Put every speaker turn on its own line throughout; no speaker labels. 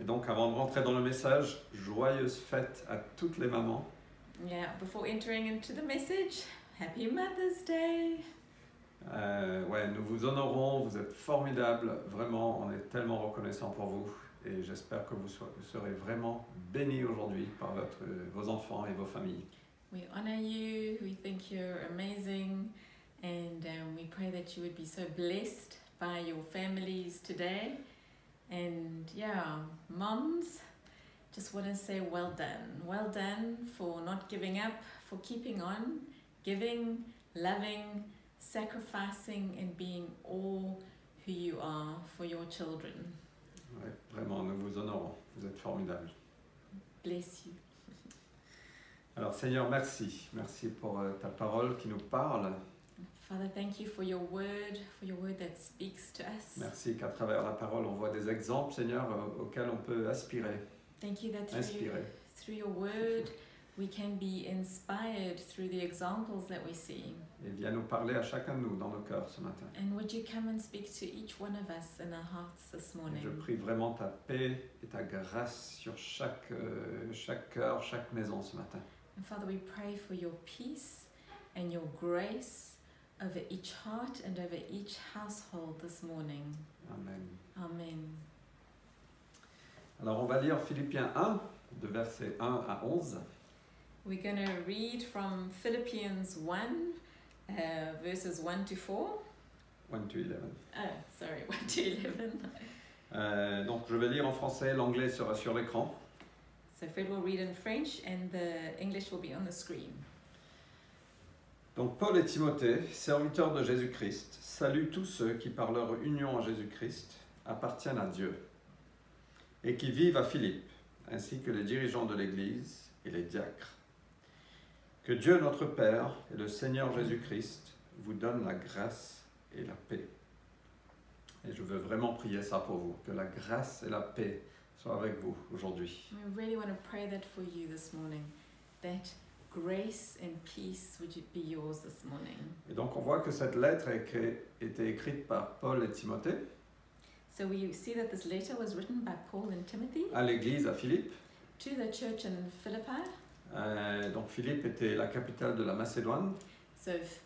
Et donc, avant de rentrer dans le message, joyeuse fête à toutes les mamans.
Yeah, before entering into the message, happy Mother's Day.
Euh, ouais, nous vous honorons, vous êtes formidables, vraiment, on est tellement reconnaissant pour vous. Et j'espère que vous so- serez vraiment bénis aujourd'hui par votre, vos enfants et vos familles.
We honor you, we think you're amazing, and um, we pray that you would be so blessed by your families today. And yeah, moms, just want to say well done. Well done for not giving up, for keeping on, giving, loving, sacrificing, and being all who you are for your children.
Ouais, vraiment, nous vous honorons, vous êtes formidables.
Bless you.
Alors Seigneur, merci. Merci pour euh, ta parole qui nous parle.
Father, thank you for your word, for your word that speaks to us.
Merci qu'à travers la parole, on voit des exemples, Seigneur, euh, auxquels on peut aspirer,
Thank you that through,
inspirer.
through your word we can be inspired through the examples that we see.
Et viens nous parler à chacun de nous dans nos cœurs ce matin.
And would you come and speak to each one of us in our hearts this
Et je
morning?
prie vraiment ta paix et ta grâce sur chaque, euh, chaque cœur, chaque maison ce matin.
And Father, we pray for your peace and your grace over each heart and over each household this morning.
Amen.
Amen.
Alors on va lire Philippiens 1, de verset 1 à 11.
We're going to read from Philippians 1, uh, verses 1 to 4.
1 to 11.
Oh, sorry, 1 to 11.
Euh, donc je vais lire en français, l'anglais sera sur l'écran.
So Fred will read in French and the English will be on the screen.
Donc Paul et Timothée, serviteurs de Jésus-Christ, saluent tous ceux qui par leur union à Jésus-Christ appartiennent à Dieu et qui vivent à Philippe, ainsi que les dirigeants de l'Église et les diacres. Que Dieu notre Père et le Seigneur Jésus-Christ vous donnent la grâce et la paix. Et je veux vraiment prier ça pour vous, que la grâce et la paix soient avec vous aujourd'hui.
We really want to pray that for you this morning, that grace and peace would be yours this morning.
Et donc on voit que cette lettre a été était écrite par Paul et Timothée
So we see that this letter was written by Paul and Timothy
à l'Église à Philippe.
to the church in Philippi.
Euh, donc Philippe était la capitale de la Macédoine
So F-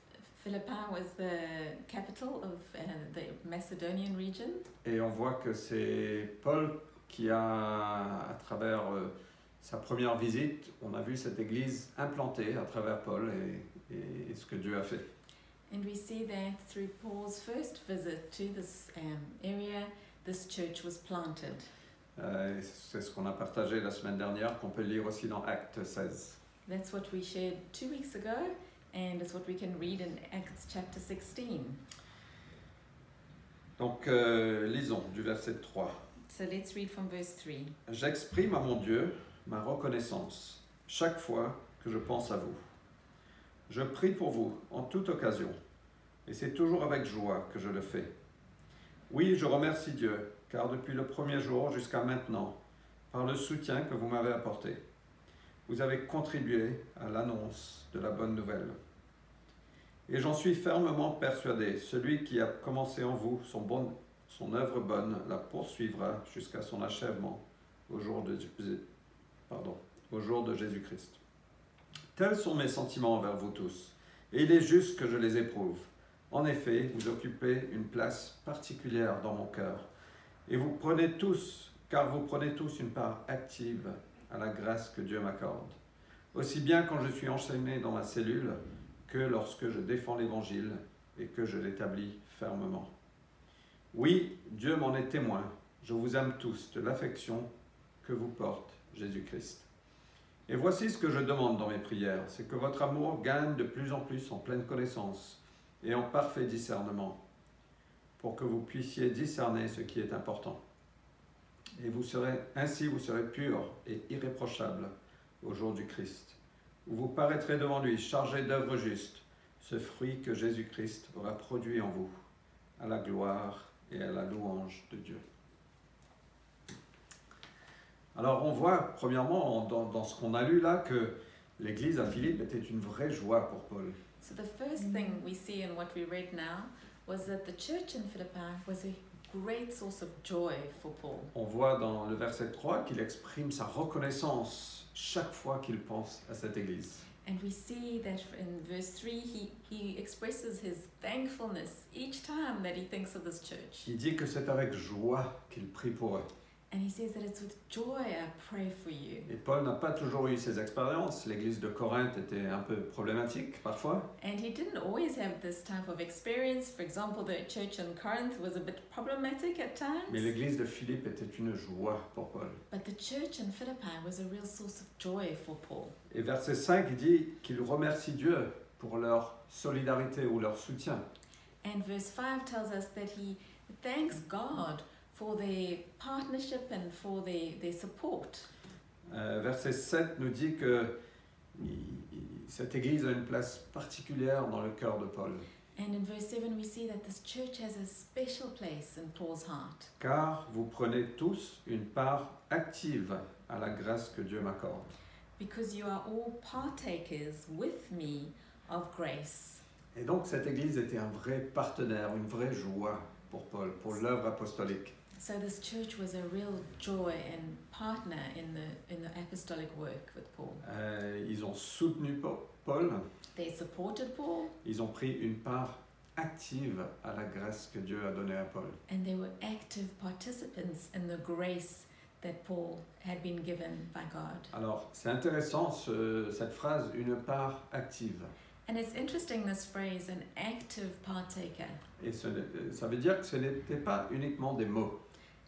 Philippi was the capital of uh, the Macedonian region,
et on voit que c'est Paul qui a, à travers euh, sa première visite, on a vu cette église implantée à travers Paul et, et- et ce que Dieu a fait.
and we see that through Paul's first visit to this um, area, this church was planted.
Euh, et c'est ce qu'on a partagé la semaine dernière, qu'on peut lire aussi dans Acte 16.
That's what we shared two weeks ago, and it's what we can read in Acts chapter 16.
Donc euh, lisons du verset 3.
So let's read from verse 3.
J'exprime à mon Dieu ma reconnaissance chaque fois que je pense à vous. Je prie pour vous en toute occasion, et c'est toujours avec joie que je le fais. Oui, je remercie Dieu, car depuis le premier jour jusqu'à maintenant, par le soutien que vous m'avez apporté, vous avez contribué à l'annonce de la bonne nouvelle. Et j'en suis fermement persuadé, celui qui a commencé en vous son, bon, son œuvre bonne la poursuivra jusqu'à son achèvement au jour de, pardon, au jour de Jésus-Christ. Tels sont mes sentiments envers vous tous, et il est juste que je les éprouve. En effet, vous occupez une place particulière dans mon cœur, et vous prenez tous, car vous prenez tous une part active à la grâce que Dieu m'accorde, aussi bien quand je suis enchaîné dans ma cellule que lorsque je défends l'Évangile et que je l'établis fermement. Oui, Dieu m'en est témoin, je vous aime tous de l'affection que vous porte Jésus-Christ. Et voici ce que je demande dans mes prières, c'est que votre amour gagne de plus en plus en pleine connaissance et en parfait discernement, pour que vous puissiez discerner ce qui est important. Et vous serez ainsi vous serez purs et irréprochables au jour du Christ, où vous paraîtrez devant lui chargés d'œuvres justes, ce fruit que Jésus-Christ aura produit en vous, à la gloire et à la louange de Dieu. Alors on voit premièrement en- dans, dans ce qu'on a lu là que l'église à Philippe était une vraie joie pour Paul.
So the first thing we see in what we read now was that the church in Philippi was a great source of joy for Paul.
On voit dans le verset 3 qu'il exprime sa reconnaissance chaque fois qu'il pense à cette Église.
And we see that in verse 3, he, he expresses his thankfulness each time that he thinks of this church.
Il dit que c'est avec joie qu'il prie pour eux.
And he says that it's with joy I pray for you.
Et Paul n'a pas toujours eu ces expériences. L'église de Corinthe était un peu problématique parfois.
And he didn't always have this type of experience. For example, the church in Corinth was a bit problematic
Mais
at times.
l'église de Philippe était une joie pour Paul.
But the church in Philippi was a real source of joy for Paul.
Et verset 5 il dit qu'il remercie Dieu pour leur solidarité ou leur soutien.
And verse 5 tells us that he thanks God for their partnership and for their, their support.
Euh, verset 7 nous dit que il- il- cette église a une place particulière dans le cœur de Paul.
And in verse 7, we see that this church has a special place in Paul's heart
Car vous prenez tous une part active à la grâce que Dieu m'accorde.
because you are all partakers with me of grace.
Et donc cette église était un vrai partenaire, une vraie joie pour Paul, pour l'œuvre apostolique.
So this church was a real joy and partner in the in the apostolic work with Paul.
Euh, ils ont soutenu Pa- Paul,
They supported Paul
ils ont pris une part active à la grâce que Dieu a donnée à Paul.
and they were active participants in the grace that Paul had been given by God.
Alors c'est intéressant ce- cette phrase, une part active.
And it's interesting this phrase an active partaker.
Et ce n'est- euh, ça veut dire que ce n'était pas uniquement des mots.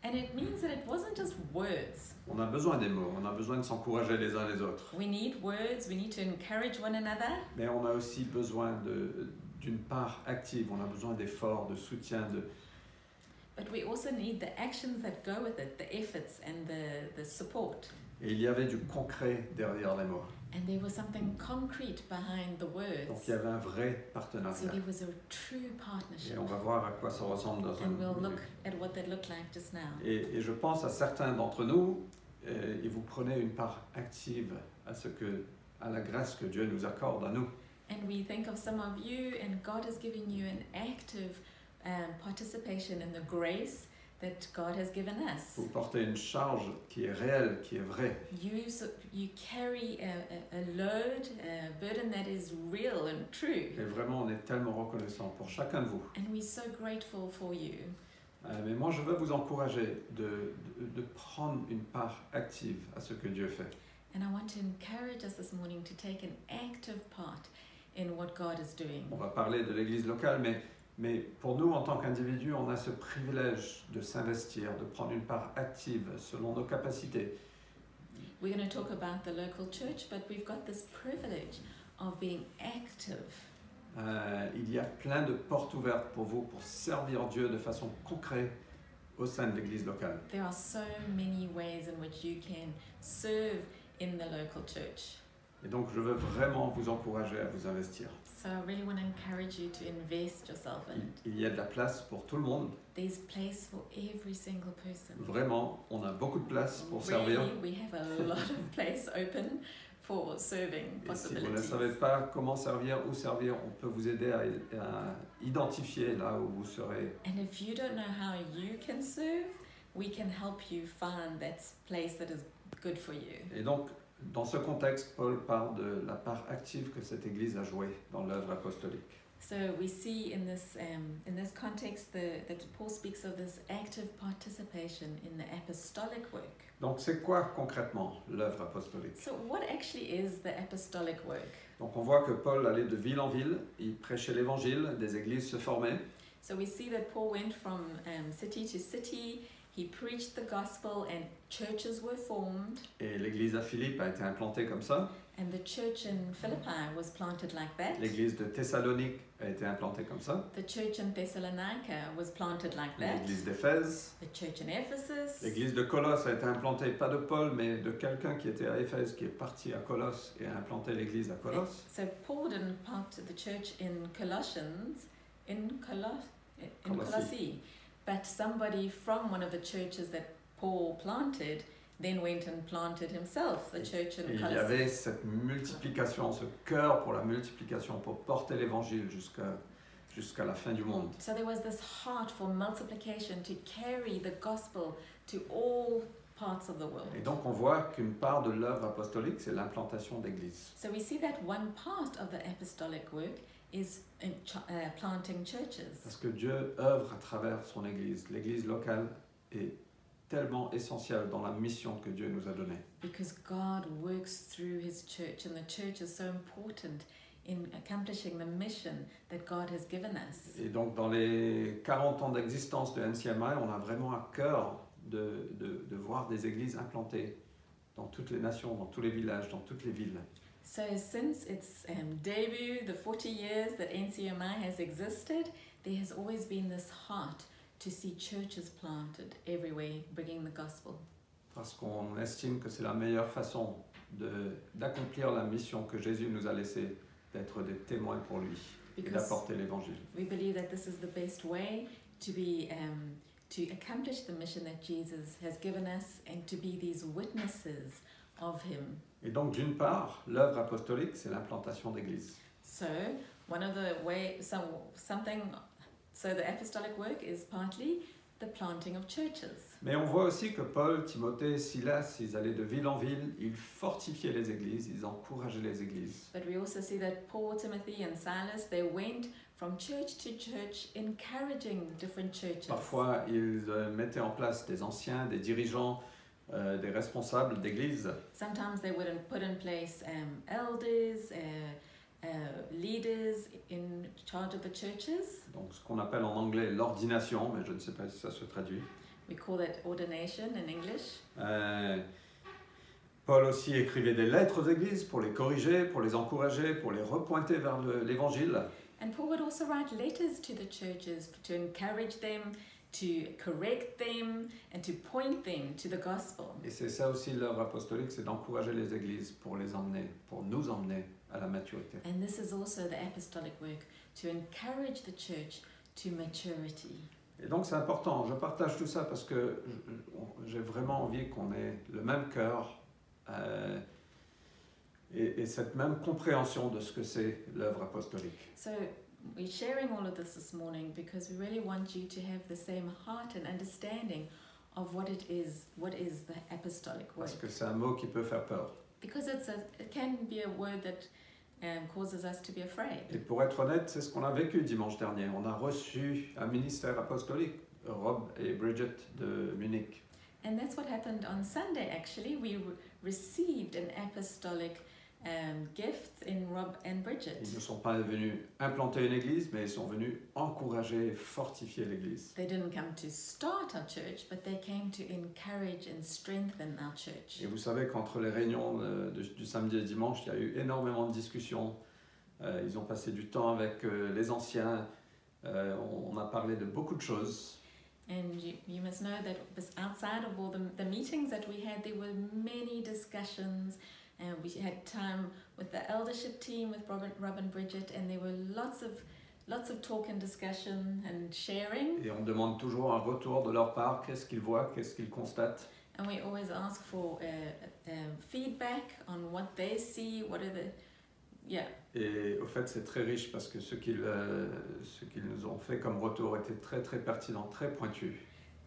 And it means that it wasn't just words.
On a besoin des mots, on a besoin de s'encourager les uns les autres.
We need words, we need to encourage one another,
Mais on a aussi besoin de- d'une part active, on a besoin d'efforts, de soutien, de,
but we also need the actions that go with it, the efforts and the, the support.
Et il y avait du concret derrière les mots.
And there was something concrete behind the
Donc
words.
il y avait un vrai
So
partenariat.
there was a true
Et
partnership.
on va voir à quoi ça ressemble dans un
And we'll look
minute.
at what that looked like just now.
Et, et je pense à certains d'entre nous, euh, et vous prenez une part active à ce que, à la grâce que Dieu nous accorde à nous.
And we think of some of you, and God has given you an active um, participation in the grace that God has given us.
Vous portez une charge qui est réelle, qui est vraie.
You, so, you carry a, a, a load, a burden that is real and true.
Et vraiment, on est tellement reconnaissant pour chacun de vous.
And we're so grateful for you.
Euh, mais moi, je veux vous encourager de, de, de prendre une part active à ce que Dieu fait.
And I want to encourage us this morning to take an active part in what God is doing.
On va parler de l'Église locale, mais, mais pour nous, en tant qu'individus, on a ce privilège de s'investir, de prendre une part active selon nos capacités.
We're going to talk about the local church, but we've got this privilege of being active.
Euh, il y a plein de portes ouvertes pour vous pour servir Dieu de façon concrète au sein de l'Église locale.
There are so many ways in which you can serve in the local church.
Et donc, je veux vraiment vous encourager à vous investir.
So I really want to encourage you to invest yourself in
Il,
it.
il y a de la place pour tout le monde.
There's place for every single person.
Vraiment, on a beaucoup de place pour servir.
Really, we have a lot of place open for serving
Et si vous ne
possibilities.
savez pas comment servir, où servir, on peut vous aider à- à identifier là où vous serez
And if you don't know how you can serve, we can help you find that place that is good for you.
Et donc, dans ce contexte, Paul parle de la part active que cette Église a jouée dans l'œuvre apostolique.
So we see in this um, in this context the, that Paul speaks of this active participation in the apostolic work.
Donc, c'est quoi concrètement l'œuvre apostolique
So what actually is the apostolic work?
Donc, on voit que Paul allait de ville en ville, il prêchait l'Évangile, des églises se formaient,
So we see that Paul went from um, city to city. He preached the gospel, and churches were formed.
et l'Église à Philippe a été implantée comme ça,
And the church in Philippi was planted like that.
l'Église de Thessalonique a été implantée comme ça,
The church in Thessalonica was planted like that.
l'Église d'Éphèse,
The church in Ephesus.
l'Église de Colosse a été implantée pas de Paul, mais de quelqu'un qui était à Éphèse, qui est parti à Colosse et a implanté l'Église à Colosse.
So Paul didn't plant the church in Colossians, in Colos, in
Colossae.
Colossae, but somebody from one of the churches that Paul planted then went and planted himself the church
Et
in
il y
Colossae.
avait cette multiplication, ce cœur pour la multiplication, pour porter l'évangile jusqu'à jusqu'à la fin du monde.
So there was this heart for multiplication to carry the gospel to all parts of the world.
Et donc on voit qu'une part de l'œuvre apostolique, c'est l'implantation d'églises.
So we see that one part of the apostolic work is in ch- uh, planting churches
Parce que Dieu œuvre à travers son église. L'église locale est tellement essentielle dans la mission que Dieu nous a donnée.
because God works through his church and the church is so important in accomplishing the mission that God has given us.
Et donc dans les 40 ans d'existence de NCMI, on a vraiment à cœur de, de- de voir des églises implantées dans toutes les nations, dans tous les villages, dans toutes les villes.
So since its um, debut, the 40 years that NCMI has existed, there has always been this heart to see churches planted everywhere, bringing the gospel.
Parce qu'on estime que c'est la meilleure façon de- d'accomplir la mission que Jésus nous a laissée, d'être des témoins pour lui et
Because
d'apporter l'évangile.
we believe that this is the best way to be um, to accomplish the mission that Jesus has given us and to be these witnesses of him.
Et donc d'une part, l'œuvre apostolique, c'est l'implantation d'églises.
So one of the way some something so the apostolic work is partly the planting of churches.
Mais on voit aussi que Paul, Timothée, Silas, ils allaient de ville en ville, ils fortifiaient les églises, ils encourageaient les églises.
But we also see that Paul, Timothy, and Silas they went from church to church, encouraging different churches.
Parfois, ils euh, mettaient en place des anciens, des dirigeants, euh, des responsables d'églises.
Sometimes they wouldn't put in place um, elders, uh, uh, leaders in charge of the churches.
Donc, ce qu'on appelle en anglais l'ordination, mais je ne sais pas si ça se traduit.
We call that ordination in English.
Euh, Paul aussi écrivait des lettres aux églises pour les corriger, pour les encourager, pour les repointer vers le- l'évangile.
And Paul would also write letters to the churches to encourage them, to correct them, and to point them to the gospel.
Et c'est ça aussi l'œuvre apostolique, c'est d'encourager les églises pour les emmener, pour nous emmener à la maturité.
And this is also the apostolic work to encourage the church to maturity.
Et donc c'est important, je partage tout ça parce que je- on- j'ai vraiment envie qu'on ait le même cœur euh, et, et cette même compréhension de ce que c'est l'œuvre apostolique.
So we're sharing all of this this morning because we really want you to have the same heart and understanding of what it is, what is the apostolic work.
Parce que c'est un mot qui peut faire peur.
Because it's a, it can be a word that um, causes us to be afraid.
Et pour être honnête, c'est ce qu'on a vécu dimanche dernier. On a reçu un ministère apostolique, Rob et Bridget de Munich.
And that's what happened on Sunday actually. We re- received an apostolic um, gift in Rob and Bridget.
Ils ne sont pas venus implanter une église, mais ils sont venus encourager et fortifier l'église.
They didn't come to start our church, but they came to encourage and strengthen our church.
Et vous savez qu'entre les réunions euh, de- du samedi et dimanche, il y a eu énormément de discussions. Euh, ils ont passé du temps avec euh, les anciens. Euh, on on a parlé de beaucoup de choses.
And you, you must know that it was outside of all the, the meetings that we had, there were many discussions. And we had time with the eldership team, with Robin, Robin Bridget, and there were lots of lots of talk and discussion and sharing.
Et on demande toujours un retour de leur part. Qu'est-ce qu'ils voient Qu'est-ce qu'ils constatent
And we always ask for uh, um, feedback on what they see, what are the yeah.
Et au fait, c'est très riche parce que ce qu'ils euh, ce qu'ils nous ont fait comme retour était très très pertinent, très pointu.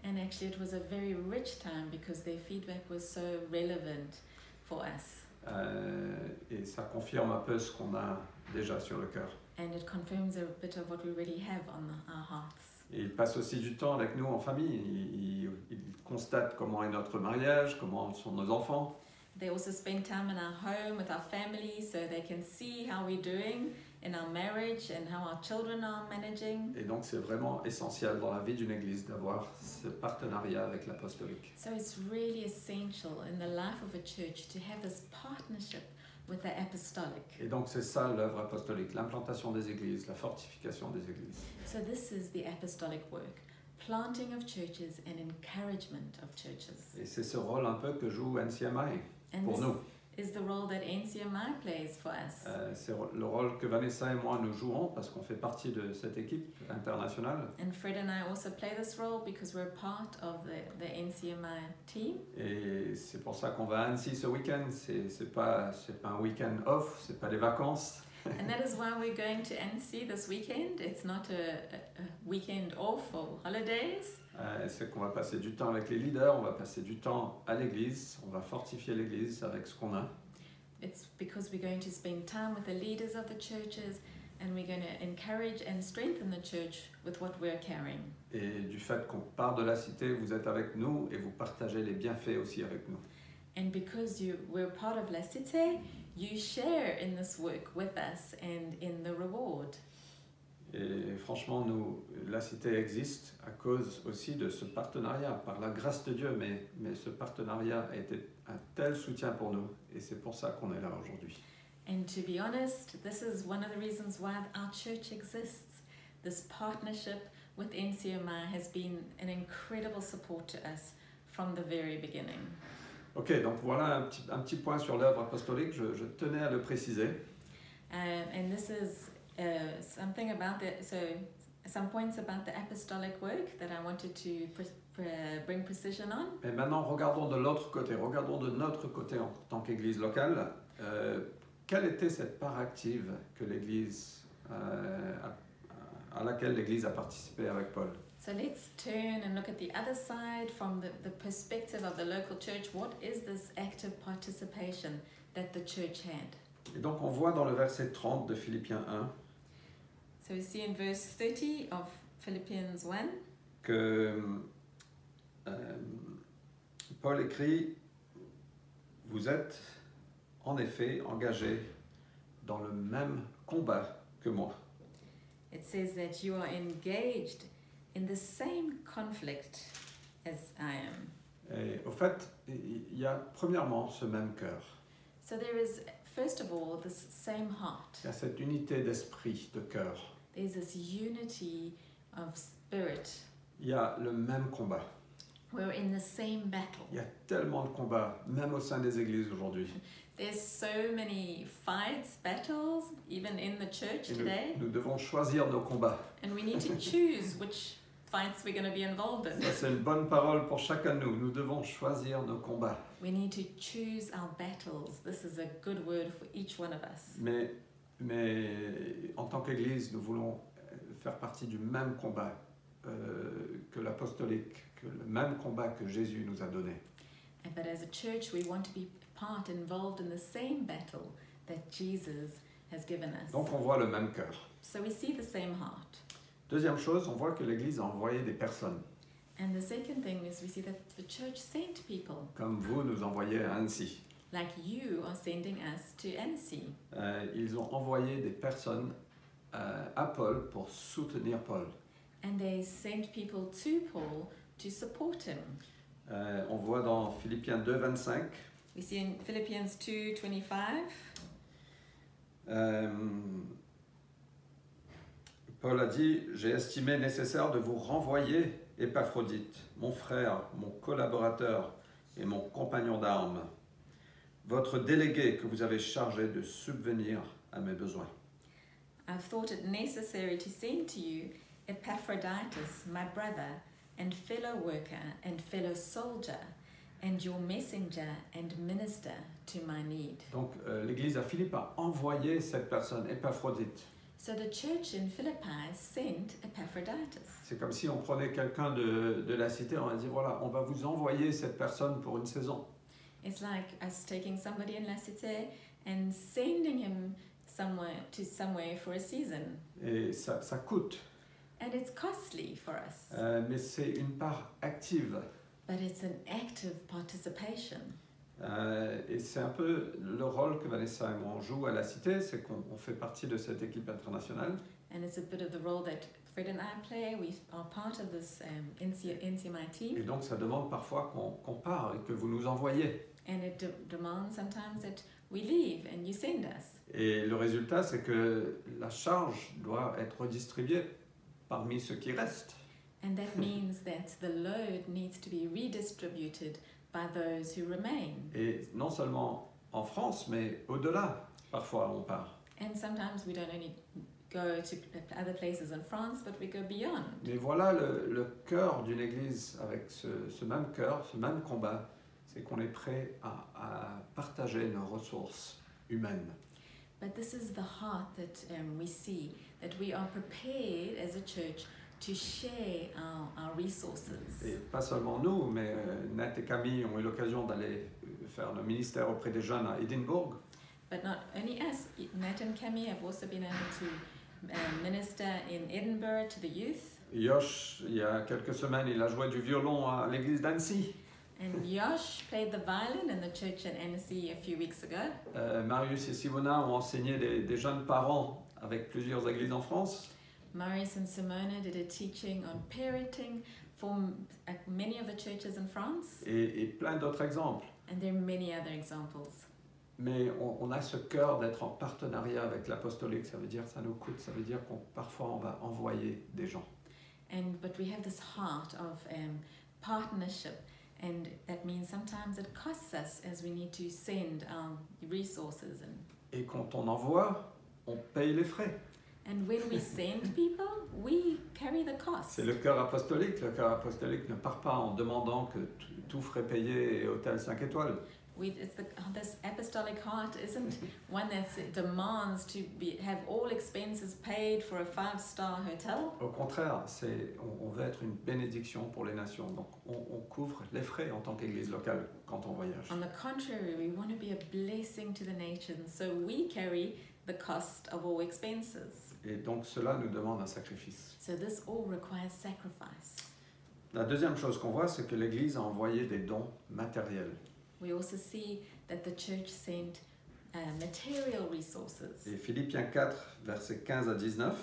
And actually, it was a very rich time because their feedback was so relevant for us,
Euh, et ça confirme un peu ce qu'on a déjà sur le cœur.
and it confirms a bit of what we really have on the, our hearts.
Et ils passent aussi du temps avec nous en famille. Ils, ils- ils constatent comment est notre mariage, comment sont nos enfants.
They also spend time in our home with our family so they can see how we're doing in our marriage and how our children are managing.
Et donc c'est vraiment essentiel dans la vie d'une église d'avoir ce partenariat avec l'apostolique.
So it's really essential in the life of a church to have this partnership with the apostolic.
Et donc c'est ça l'œuvre apostolique, l'implantation des églises, la fortification des églises.
So this is the apostolic work planting of churches and encouragement of churches.
Et c'est ce rôle un peu que joue NCMI
And
pour
this
nous.
is the role that NCMI plays for us.
Euh, c'est le rôle que Vanessa et moi nous jouons parce qu'on fait partie de cette équipe internationale.
And Fred and I also play this role because we're part of the, the NCMI team.
Et c'est pour ça qu'on va à Annecy ce week-end. C'est c'est pas, c'est pas un week-end off, c'est pas des vacances.
and that is why we're going to NC this weekend. It's not a, a, a weekend off or holidays.
Euh, c'est qu'on va passer du temps avec les leaders, on va passer du temps à l'église, on va fortifier l'église avec ce qu'on a.
It's because we're going to spend time with the leaders of the churches and we're going to encourage and strengthen the church with what we're carrying.
Et du fait qu'on part de la cité, vous êtes avec nous et vous partagez les bienfaits aussi avec nous.
And because you were part of La Cité, you share in this work with us and in the reward.
Et franchement, nous, la cité existe à cause aussi de ce partenariat, par la grâce de Dieu, mais, mais ce partenariat a été un tel soutien pour nous et c'est pour ça qu'on est là aujourd'hui.
And to be honest, this is one of the reasons why our church exists. This partnership with NCMI has been an incredible support to us from the very beginning.
Ok, donc voilà un petit, un petit point sur l'œuvre apostolique, je, je tenais à le préciser.
Um, and this is uh, something about the so some points about the apostolic work that I wanted to pre- pre- bring precision on.
Et maintenant, regardons de l'autre côté, regardons de notre côté en tant qu'Église locale. Euh, quelle était cette part active que l'Église, euh, à, à laquelle l'Église a participé avec Paul
So let's turn and look at the other side from the, the perspective of the local church. What is this active participation that the church had?
Et donc, on voit dans le verset 30 de Philippiens 1
So we see in verse 30 of Philippians 1
que euh, Paul écrit Vous êtes en effet engagés dans le même combat que moi.
It says that you are engaged in the same conflict as I am.
Et au fait, il y a premièrement ce même cœur.
So there is, first of all, this same heart.
Il y a cette unité d'esprit, de cœur.
There's this unity of spirit.
Il y a le même combat.
We're in the same battle.
Il y a tellement de combats, même au sein des églises aujourd'hui.
There's so many fights, battles, even in the church
Et nous,
today,
nous devons choisir nos combats.
and we need to choose which fights we're going to be involved in.
Ça, c'est une bonne parole pour chacun de nous. Nous devons choisir nos combats.
We need to choose our battles. This is a good word for each one of us.
Mais, mais en tant qu'Église, nous voulons euh, faire partie du même combat euh, que l'apostolique, que le même combat que Jésus nous a donné.
And- But as a church, we want to be part involved in the same battle that Jesus has given us.
Donc on voit le même cœur.
So we see the same heart.
Deuxième chose, on voit que l'Église a envoyé des personnes,
And the second thing is we see that the church sent people,
comme vous nous envoyez à Annecy.
like you are sending us to Annecy.
Euh, ils ont envoyé des personnes euh, à Paul pour soutenir Paul.
And they sent people to Paul to support him.
Euh, on voit dans Philippiens 2, 25,
We see in Philippians 2:25,
Euh, Paul a dit, j'ai estimé nécessaire de vous renvoyer Épaphrodite, mon frère, mon collaborateur et mon compagnon d'armes, votre délégué que vous avez chargé de subvenir à mes besoins.
I've thought it necessary to send to you Epaphroditus, my brother and fellow worker and fellow soldier, and your messenger and minister to my need.
Donc euh, l'Église à Philippe a envoyé cette personne, Épaphrodite.
So the church in Philippi sent Epaphroditus.
C'est comme si on prenait quelqu'un de, de la cité, on va dire, voilà, on va vous envoyer cette personne pour une saison.
It's like us taking somebody in La Cité and sending him somewhere to somewhere for a season.
Et ça, ça coûte,
And it's costly for us,
Euh, mais c'est une part active.
but it's an active participation.
Euh, et c'est un peu le rôle que Vanessa et moi on joue à la Cité, c'est qu'on on fait partie de cette équipe internationale.
And it's a bit of the role that Fred and I play. We are part of this um, NC- NCMI
Et
team,
donc ça demande parfois qu'on qu'on part et que vous nous envoyez.
and it de- demands sometimes that we leave and you send us.
Et le résultat, c'est que la charge doit être redistribuée parmi ceux qui restent.
And that means that the load needs to be redistributed by those who remain.
Et non seulement en France, mais au-delà, parfois on part.
And sometimes we don't only go to p- other places in France, but we go beyond.
Mais voilà le, le cœur d'une église avec ce, ce même cœur, ce même combat, c'est qu'on est prêt à- à partager nos ressources humaines.
But this is the heart that um, we see that we are prepared as a church to share our, our
Et
resources.
pas seulement nous, mais euh, Nat et Camille ont eu l'occasion d'aller euh, faire le ministère auprès des jeunes à Édimbourg.
But not only us, Nat and Cami have also been able to um, minister in Edinburgh to the youth.
Yosh, il y a quelques semaines, il a joué du violon à l'église d'Annecy.
And Yosh played the violin in the church at Annecy a few weeks ago.
Euh, Marius et Simona ont enseigné des, des jeunes parents avec plusieurs églises en France.
Marius and Simona did a teaching on parenting for m- at many of the churches in France.
Et, et plein d'autres exemples.
And there are many other examples.
Mais on, on a ce cœur d'être en partenariat avec l'apostolique. Ça veut dire ça nous coûte. Ça veut dire qu'on parfois on va envoyer des gens.
And but we have this heart of um, partnership, and that means sometimes it costs us as we need to send our resources and
Et quand on envoie, on paye les frais.
and when we send people, we carry the cost.
C'est le cœur apostolique. Le cœur apostolique ne part pas en demandant que tout- tout frais payé et hôtel 5 étoiles.
We, it's the, oh, this apostolic heart isn't one that demands to be, have all expenses paid for a five star hotel.
Au contraire, c'est, on, on veut être une bénédiction pour les nations. Donc on, on couvre les frais en tant qu'église locale quand on voyage.
On the contrary, we want to be a blessing to the nations, so we carry the cost of all expenses.
Et donc cela nous demande un sacrifice.
So this all requires sacrifice.
La deuxième chose qu'on voit, c'est que l'église a envoyé des dons matériels.
We also see that the church sent uh, material resources.
Et Philippiens 4, versets 15 à 19,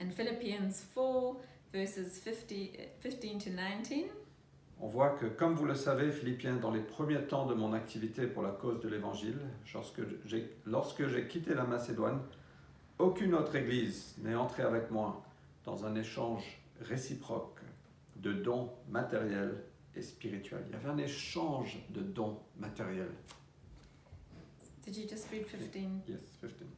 And Philippians 4, verses 50, uh, 15 to 19,
on voit que, comme vous le savez, Philippiens, dans les premiers temps de mon activité pour la cause de l'évangile, lorsque j'ai, lorsque j'ai quitté la Macédoine, aucune autre église n'est entrée avec moi dans un échange réciproque de dons matériels et spirituels. Il y avait un échange de dons matériels.
did you just read 15?
Yes, 15.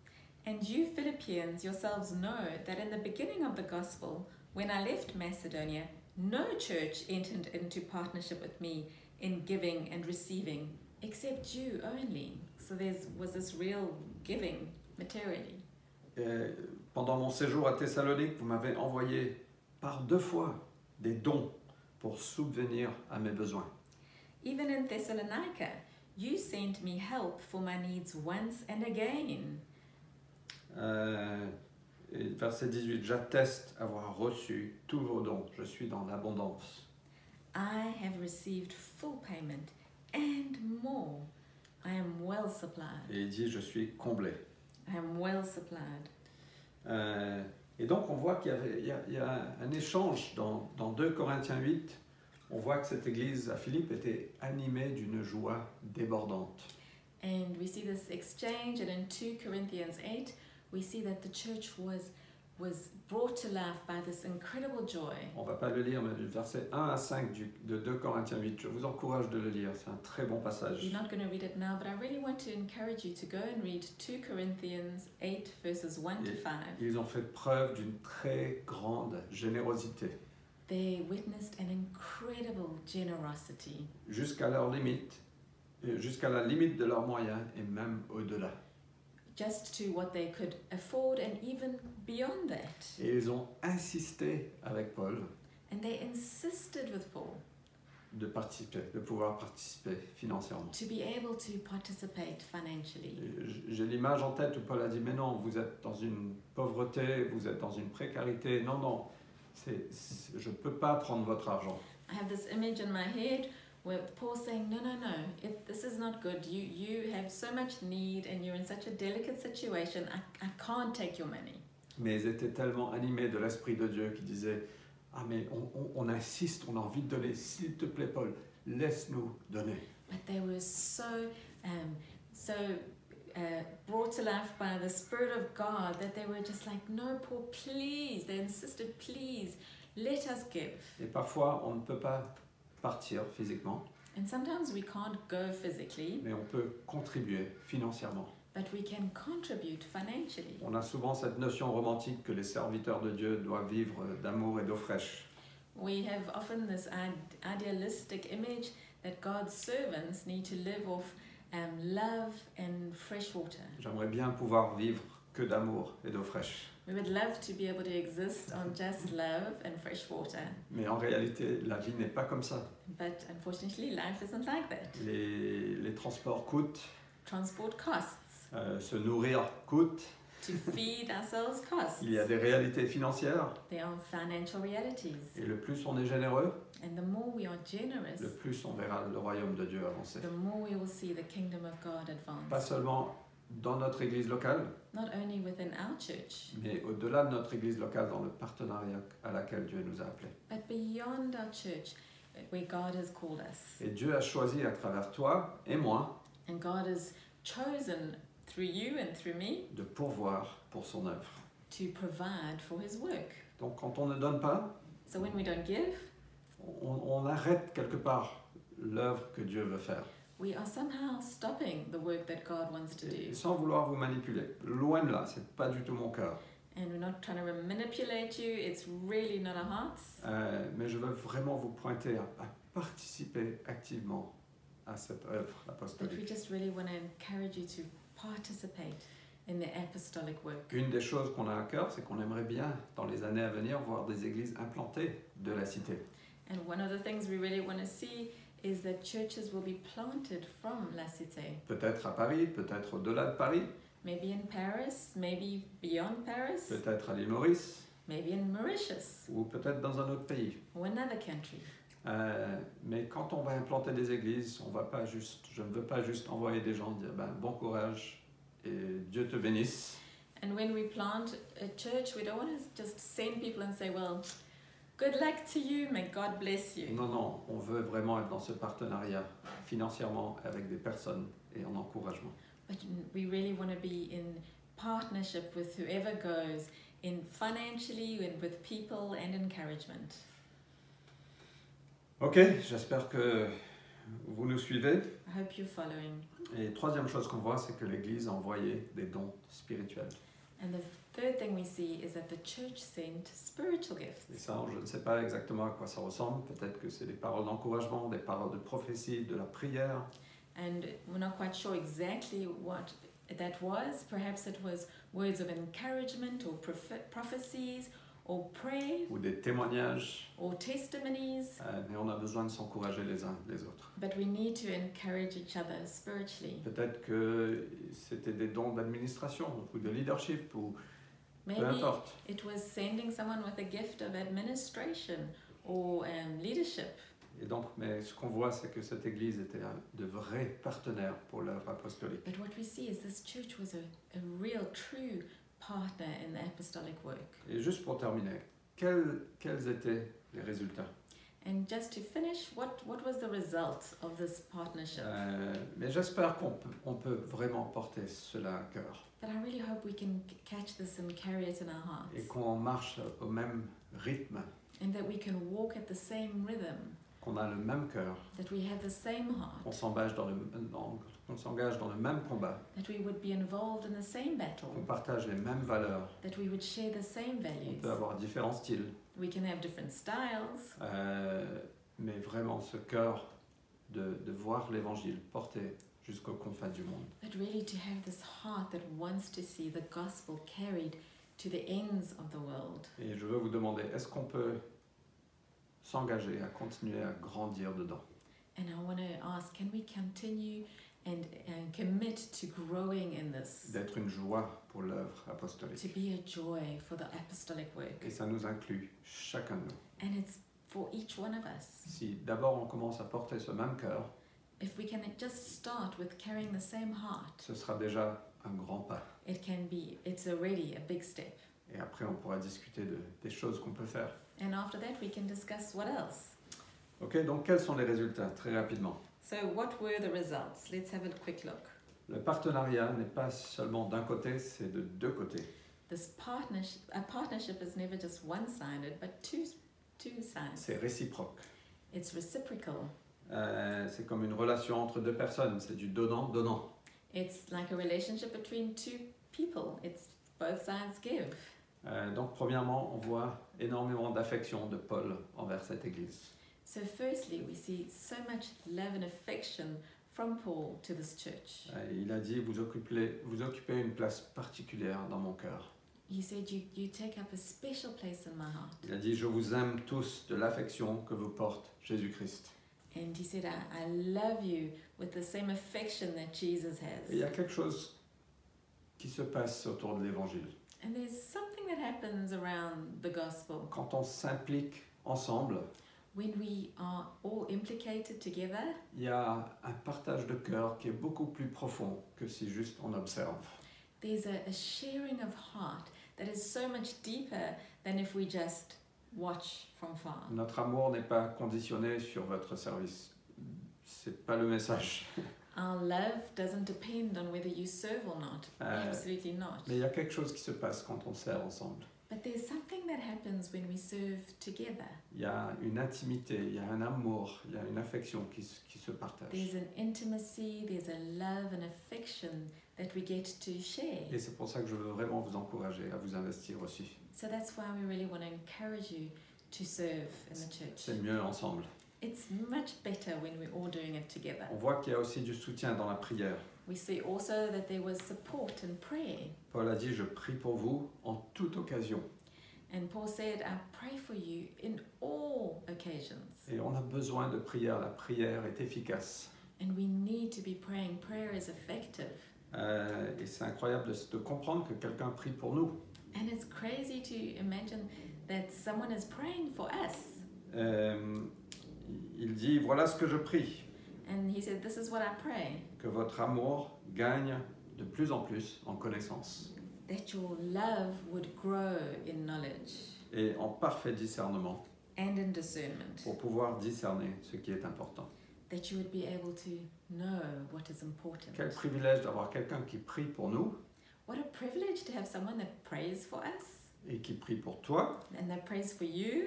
And you Philippians yourselves know that in the beginning of the gospel, when I left Macedonia, no church entered into partnership with me in giving and receiving, except you only. So there was this real giving materially.
Et pendant mon séjour à Thessalonique, vous m'avez envoyé par deux fois des dons pour subvenir à mes besoins.
Even in Thessalonica, you sent me help for my needs once and again.
Euh, et verset 18, j'atteste avoir reçu tous vos dons, je suis dans l'abondance.
I have received full payment and more. I am well supplied.
Et il dit, je suis comblé.
I am well supplied.
Euh, et donc on voit qu'il y, avait- il y a, il y a un échange dans, dans 2 Corinthiens 8. On voit que cette église à Philippe était animée d'une joie débordante.
And we see this exchange, and in 2 Corinthians 8, we see that the church was, was brought to life by this incredible joy.
On va pas le lire, mais du verset 1 à 5 du- de 2 Corinthiens 8, je vous encourage de le lire, c'est un très bon
You're
passage.
not going to read it now, but I really want to encourage you to go and read 2 Corinthians 8, verses 1 to
Yeah.
5.
Ils ont fait preuve d'une très grande générosité,
They witnessed an incredible generosity
jusqu'à leur limite, euh, jusqu'à la limite de leurs moyens et même au-delà.
just to what they could afford and even beyond that.
Et ils ont insisté avec Paul
And they insisted with Paul
de participer, de pouvoir participer financièrement.
to be able to participate financially.
Euh, j- J'ai l'image en tête où Paul a dit, mais non, vous êtes dans une pauvreté, vous êtes dans une précarité, non, non, c'est- c'est- je ne peux pas prendre votre argent.
I have this image in my head where Paul saying, No, no, no, if this is not good. You, you have so much need and you're in such a delicate situation. I, I can't take your money.
Mais ils étaient tellement animés de l'Esprit de Dieu qu'ils disaient Ah, mais on, on- on insiste, on a envie de donner. S'il te plaît, Paul, laisse-nous donner.
But they were so, um, so uh, brought to life by the Spirit of God that they were just like, No, Paul, please. They insisted, Please, let us give.
Et parfois, on ne peut pas partir physiquement,
And sometimes we can't go physically,
mais on peut contribuer financièrement.
but we can contribute financially.
On a souvent cette notion romantique que les serviteurs de Dieu doivent vivre d'amour et d'eau fraîche.
We have often this id- idealistic image that God's servants need to live off um, love and fresh water.
J'aimerais bien pouvoir vivre que d'amour et d'eau fraîche.
We would love to be able to exist on just love and fresh water,
Mais en réalité, la vie n'est pas comme ça.
but unfortunately, life isn't like that.
Les, les transports coûtent,
Transport costs.
euh, se nourrir coûte,
To feed ourselves costs.
il y a des réalités financières.
There are financial realities.
Et le plus on est généreux,
And the more we are generous,
le plus on verra le royaume de Dieu avancer.
the more we will see the kingdom of God advance.
Pas seulement dans notre église locale,
Not only within our church,
mais au-delà de notre église locale, dans le partenariat à laquelle Dieu nous a appelés.
but beyond our church, where God has called us.
Et Dieu a choisi à travers toi et moi
And God has chosen through you and through me
de pourvoir pour son œuvre.
to provide for his work.
Donc quand on ne donne pas,
So when we don't give,
on, on arrête quelque part l'œuvre que Dieu veut faire.
we are somehow stopping the work that God wants to
Et
do.
sans vouloir vous manipuler, loin de là, c'est pas du tout mon cœur.
And we're not trying to manipulate you, it's really not our hearts.
Euh, mais je veux vraiment vous pointer à, à participer activement à cette œuvre
But we
apostolique.
just really want to encourage you to participate in the apostolic work.
Une des choses qu'on a à cœur, c'est qu'on aimerait bien, dans les années à venir, voir des églises implantées de la cité.
And one of the things we really want to see is that churches will be planted from La Cité.
Peut-être à Paris, peut-être au-delà de Paris,
Maybe in Paris, maybe beyond Paris,
peut-être à l'île Maurice,
maybe in Mauritius
ou peut-être dans un autre pays.
or another country.
Euh, mais quand on va implanter des églises, on va pas juste, je ne veux pas juste envoyer des gens dire ben, bon courage et Dieu te bénisse.
And when we plant a church, we don't want to just send people and say, well, good luck to you, may God bless you.
Non, non, on veut vraiment être dans ce partenariat financièrement avec des personnes et en encouragement.
But we really want to be in partnership with whoever goes, in financially and with people and encouragement.
Ok, j'espère que vous nous suivez.
I hope you're following.
Et troisième chose qu'on voit, c'est que l'Église a envoyé des dons spirituels.
And the third thing we see is that the church sent spiritual gifts.
Et ça, je ne sais pas exactement à quoi ça ressemble. Peut-être que c'est des paroles d'encouragement, des paroles de prophétie, de la prière.
And we're not quite sure exactly what that was. Perhaps it was words of encouragement or prophe- prophecies or prayer
ou des témoignages,
or testimonies.
euh, mais on a besoin de s'encourager les uns les autres.
But we need to encourage each other spiritually.
Peut-être que c'était des dons d'administration ou de leadership ou peu
Maybe
importe.
it was sending someone with a gift of administration or um, leadership.
Et donc, mais ce qu'on voit, c'est que cette Église était un- de vrais partenaires pour l'œuvre apostolique.
But what we see is this church was a, a real, true partner in the apostolic work.
Et juste pour terminer, quels, quels étaient les résultats
And just to finish, what, what was the result of this partnership?
Euh, Mais j'espère qu'on peut, on peut vraiment porter cela à cœur
But I really hope we can c- catch this and carry it in our
et
hearts.
qu'on marche au même rythme,
And that we can walk at the same rhythm,
qu'on a le même cœur,
that we have the same
qu'on
heart,
s'engage dans, le- dans- qu'on s'engage dans le même combat.
that we would be involved in the same battle,
On partage les mêmes valeurs.
that we would share the same
On
values.
peut avoir différents styles.
We can have different styles,
euh, mais vraiment, ce cœur de, de voir l'évangile porté jusqu'aux confins du monde.
but really to have this heart that wants to see the gospel carried to the ends of the world.
Et je veux vous demander, est-ce qu'on peut s'engager à continuer à grandir dedans
And I want to ask can we continue and, and commit to growing in this?
D'être une joie pour l'œuvre apostolique.
to be a joy for the apostolic work.
Et ça nous inclut chacun de nous.
And it's for each one of us.
Si d'abord on commence à porter ce même cœur,
If we can just start with carrying the same heart,
ce sera déjà un grand pas.
it can be, it's already a big step.
Et après, on pourra discuter de- des choses qu'on peut faire.
And after that, we can discuss what else.
Ok, donc quels sont les résultats Très rapidement.
So, what were the results? Let's have a quick look.
Le partenariat n'est pas seulement d'un côté, c'est de deux côtés.
This partnership, a partnership is never just one sided, but two, two sides.
C'est réciproque.
It's reciprocal.
Euh, c'est comme une relation entre deux personnes, c'est du donnant-donnant.
It's like a relationship between two people. It's both sides give.
Euh, donc premièrement, on voit énormément d'affection de Paul envers cette Église.
So, firstly, we see so much love and affection from Paul to this church.
Euh, Il a dit, vous occupez, vous occupez une place particulière dans mon cœur.
He said, you, you take up a special place in my heart.
Il a dit, je vous aime tous de l'affection que vous porte Jésus-Christ.
And he said, I, I love you with the same affection that Jesus
Et il y
has.
a quelque chose qui se passe autour de l'Évangile.
And there's something that happens around the gospel.
Quand on s'implique ensemble,
When we are all implicated together,
il y a un partage de cœur qui est beaucoup plus profond que si juste on observe.
there's a, a sharing of heart that is so much deeper than if we just watch from far.
Notre amour n'est pas conditionné sur votre service. C'est pas le message.
Our love doesn't depend on whether you serve or not.
Euh,
Absolutely not.
Mais il y a quelque chose qui se passe quand on sert ensemble.
But there's something that happens when we serve together.
Il y a une intimité, il y a un amour, il y a une affection qui, se- qui se partage.
There's an intimacy, there's a love and affection that we get to share.
Et c'est pour ça que je veux vraiment vous encourager à vous investir aussi.
So that's why we really want to encourage you to serve in the church.
C'est mieux ensemble.
It's much better when we're all doing it together.
On voit qu'il y a aussi du soutien dans la prière.
We see also that there was support in prayer.
Paul a dit, je prie pour vous en toute occasion.
And Paul said, I pray for you in all occasions.
Et on a besoin de prière. La prière est efficace.
And we need to be praying. Prayer is effective.
Euh, et c'est incroyable de, de comprendre que quelqu'un prie pour nous.
And it's crazy to imagine that someone is praying for us.
Euh, il dit, voilà ce que je prie.
And he said, This is what I pray
Que votre amour gagne de plus en plus en connaissance
that your love would grow in knowledge
et en parfait discernement
and in discernment,
pour pouvoir discerner ce qui est important.
that you would be able to know what is important.
Quel privilège d'avoir quelqu'un qui prie pour nous
What a privilege to have someone that prays for us
et qui prie pour toi,
and that prays for you,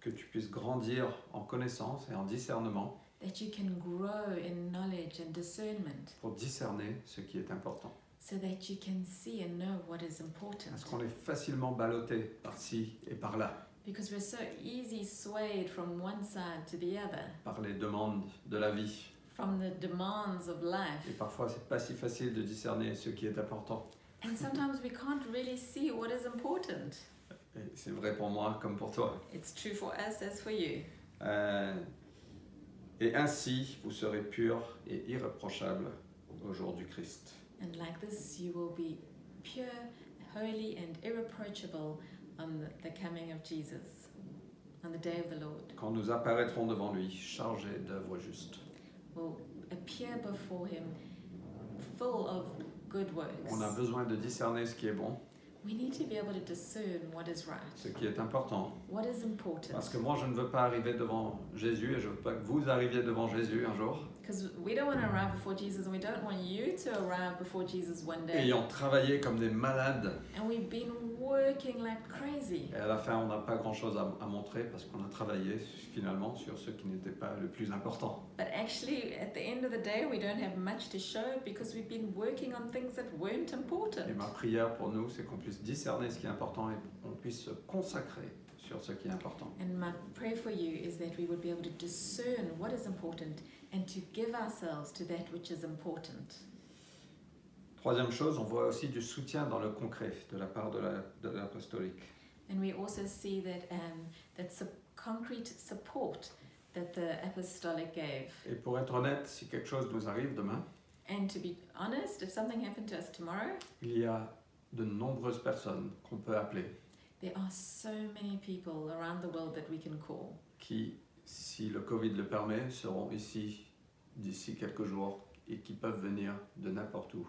que tu puisses grandir en connaissance et en discernement
that you can grow in knowledge and discernment
pour discerner ce qui est important.
so that you can see and know what is important.
Parce qu'on est facilement ballotté par ci et par là,
Because we're so easy swayed from one side to the other.
par les demandes de la vie.
from the demands of life.
Et parfois, c'est pas si facile de discerner ce qui est important.
And sometimes we can't really see what is important.
Et c'est vrai pour moi comme pour toi.
It's true for us as for you.
Euh, et ainsi, vous serez purs et irréprochables au jour du Christ.
And like this, you will be pure, holy, and irreproachable on the, the coming of Jesus, on the day of the Lord.
Quand nous apparaîtrons devant lui, chargés d'œuvres justes.
We'll appear before Him full of good works.
On a besoin de discerner ce qui est bon,
We need to be able to discern what is
ce
right,
qui est important.
what is important.
Parce que moi, je ne veux pas arriver devant Jésus et je veux pas que vous arriviez devant Jésus un jour,
Because we don't want to arrive before Jesus, and we don't want you to arrive before Jesus one day.
ayant travaillé comme des malades.
And we've been working like crazy.
Et à la fin, on n'a pas grand-chose à, à montrer parce qu'on a travaillé finalement sur ce qui n'était pas le plus important.
But actually, at the end of the day, we don't have much to show because we've been working on things that weren't
Et
important.
ma prière pour nous, c'est qu'on puisse discerner ce qui est important et qu'on puisse se consacrer sur ce qui est important.
And my prayer for you is that we would be able to discern what is important and to give ourselves to that which is important.
Troisième chose, on voit aussi du soutien dans le concret de la part de la- de l'apostolique.
And we also see that um, that sup- concrete support that the apostolic gave.
et pour être honnête, si quelque chose nous arrive demain,
And to be honest, if something happened to us tomorrow,
il y a de nombreuses personnes qu'on peut appeler
there are so many people around the world that we can call.
qui, si le Covid le permet, seront ici d'ici quelques jours et qui peuvent venir de n'importe où.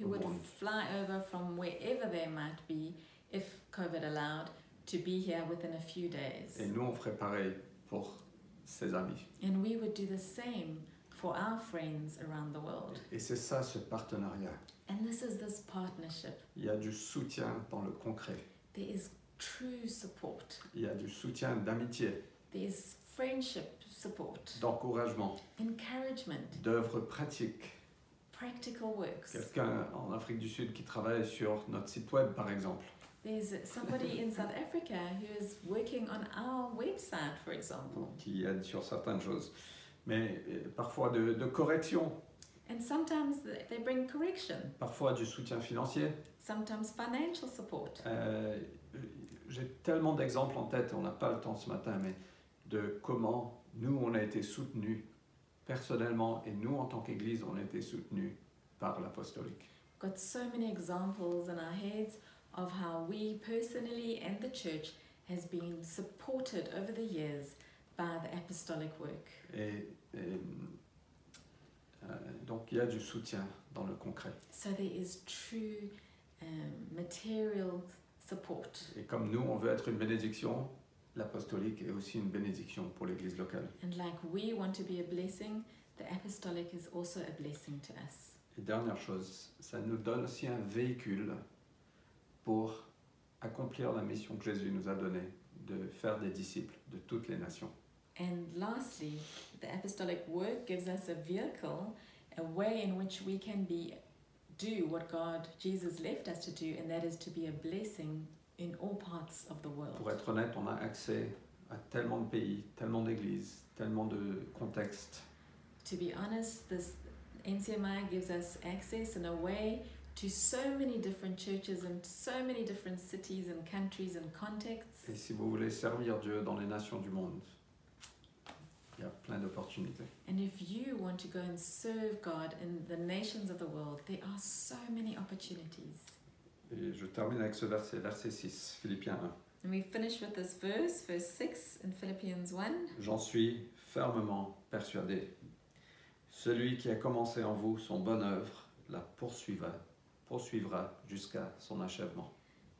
who would
Born.
fly over from wherever they might be, if COVID allowed, to be here within a few days.
Et nous, on ferait pareil pour ses amis.
And we would do the same for our friends around the world.
Et c'est ça, ce partenariat.
And this is this partnership.
Il y a du soutien dans le concret.
There is true support,
Il y a du soutien d'amitié,
there is friendship support,
d'encouragement,
encouragement,
d'œuvres pratiques.
practical works.
Quelqu'un en Afrique du Sud qui travaille sur notre site web, par exemple.
There's somebody in South Africa who is working on our website, for example.
qui aide sur certaines choses. mais euh, parfois de, de correction,
And sometimes th- they bring correction,
parfois du soutien financier.
sometimes financial support.
Euh, J'ai tellement d'exemples en tête, on n'a pas le temps ce matin, mais de comment nous, on a été soutenus personnellement et nous, en tant qu'Église, on a été soutenus par l'apostolique.
Got so many examples in our heads of how we personally and the church has been supported over the years by the apostolic work.
Et, et, euh, donc, il y a du soutien dans le concret.
So there is true um, material support.
Et comme nous, on veut être une bénédiction, l'apostolique est aussi une bénédiction pour l'Église locale.
And like we want to be a blessing, the apostolic is also a blessing to us.
Et dernière chose, ça nous donne aussi un véhicule pour accomplir la mission que Jésus nous a donnée de faire des disciples de toutes les nations.
And lastly, the apostolic work gives us a vehicle, a way in which we can be do what God Jesus left us to do, and that is to be a blessing in all parts of the
Pour
world.
être honnête, on a accès à tellement de pays, tellement d'églises, tellement de contextes.
To be honest, this NCMI gives us access in a way to so many different churches and so many different cities and countries and contexts.
Et si vous voulez servir Dieu dans les nations du monde, il y a plein d'opportunités.
And if you want to go and serve God in the nations of the world, there are so many opportunities.
Et je termine avec ce verset, verset 6, Philippiens 1.
And we finish with this verse, verse 6 in Philippians 1.
J'en suis fermement persuadé. Celui qui a commencé en vous son bonne œuvre la poursuivra, poursuivra jusqu'à son achèvement.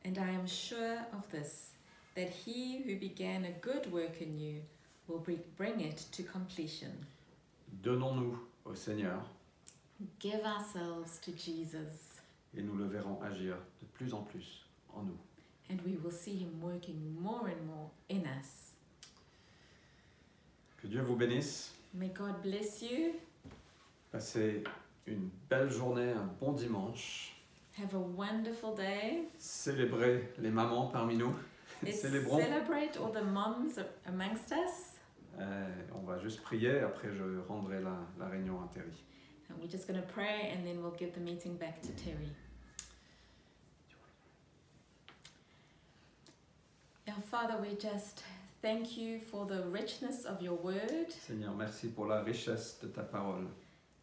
And I am sure of this, that he who began a good work in you will bri- bring it to completion.
Donnons-nous au Seigneur
Give ourselves to Jesus,
et nous le verrons agir de plus en plus en nous.
and we will see him working more and more in us.
Que Dieu vous bénisse.
May God bless you.
Passez une belle journée, un bon dimanche.
Have a wonderful day.
Célébrez les mamans parmi nous.
Let's
Célébrons.
celebrate all the moms amongst us.
Euh, on va juste prier, après je rendrai la, la réunion à Terry.
And we're just going to pray and then we'll give the meeting back to Terry. Now, Father, we just thank you for the richness of your word.
Seigneur, merci pour la richesse de ta parole.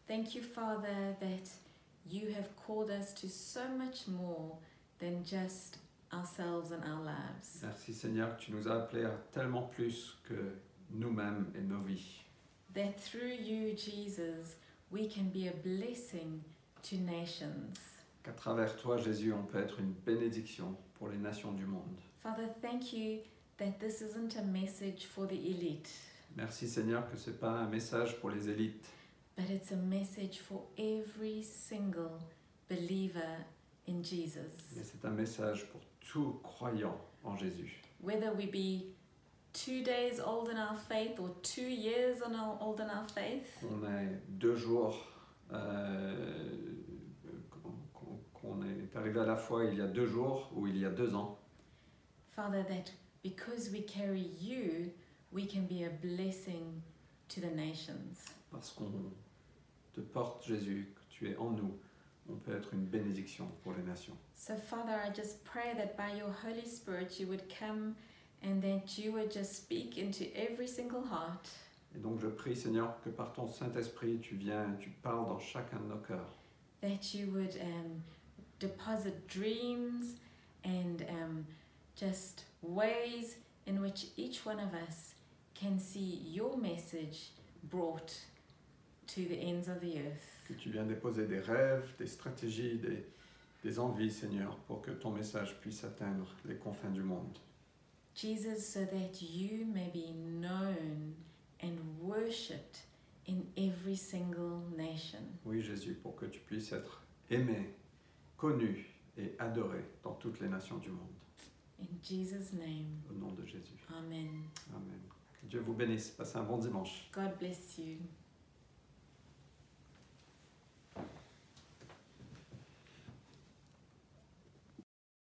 Thank you, Father, that you have called us to so much more than just ourselves and our lives.
Merci Seigneur que tu nous as appelés à tellement plus que nous-mêmes et nos vies.
That through you, Jesus, we can be a blessing to nations.
Qu'à travers toi, Jésus, on peut être une bénédiction pour les nations du monde.
Father, thank you that this isn't a message for the elite.
Merci Seigneur que ce n'est pas un message pour les élites,
But it's a message for every single believer in Jesus.
mais c'est un message pour tout croyant en Jésus.
Whether we be two days old in our faith or two years on our, old in our faith,
Qu'on ait deux jours, euh, qu'on- qu'on- qu'on est arrivé à la foi il y a deux jours ou il y a deux ans,
Father, that because we carry you, we can be a blessing to the nations.
parce qu'on te porte Jésus, que tu es en nous, on peut être une bénédiction pour les nations.
So, Father, I just pray that by your Holy Spirit you would come and that you would just speak into every single heart.
Et donc je prie Seigneur que par ton Saint-Esprit tu viens, tu parles dans chacun de nos cœurs.
that you would um, deposit dreams and um, just ways in which each one of us can see your message brought to the ends of the earth.
Que tu viens déposer des rêves, des stratégies, des, des envies Seigneur pour que ton message puisse atteindre les confins du monde.
Jesus, so that you may be known and worshipped in every single nation.
Oui Jésus, pour que tu puisses être aimé, connu et adoré dans toutes les nations du monde.
In Jesus' name,
Au nom de Jésus.
Amen.
Amen. Que Dieu vous bénisse. Passez un bon dimanche.
God bless you.